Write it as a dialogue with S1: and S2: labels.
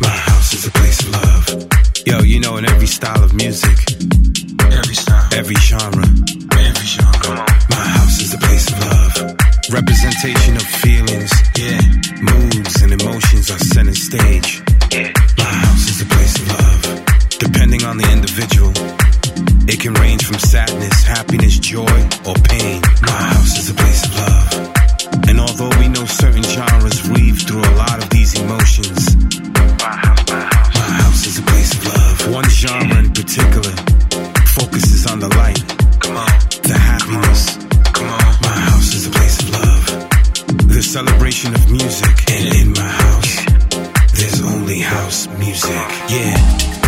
S1: My house is a place of love. Yo, you know, in every style of music, every style, every genre, every genre. My house is a place of love. Representation of feelings, yeah, moods and emotions are set in stage. My house is a place of love. Depending on the individual, it can range from sadness, happiness, joy, or pain. My house is a place of love. And although we know certain genres weave through a lot of these emotions, my house is a place of love. One genre in particular focuses on the light, the happiness. My house is a place of love. The celebration of music. And in my house, there's only house music. Yeah.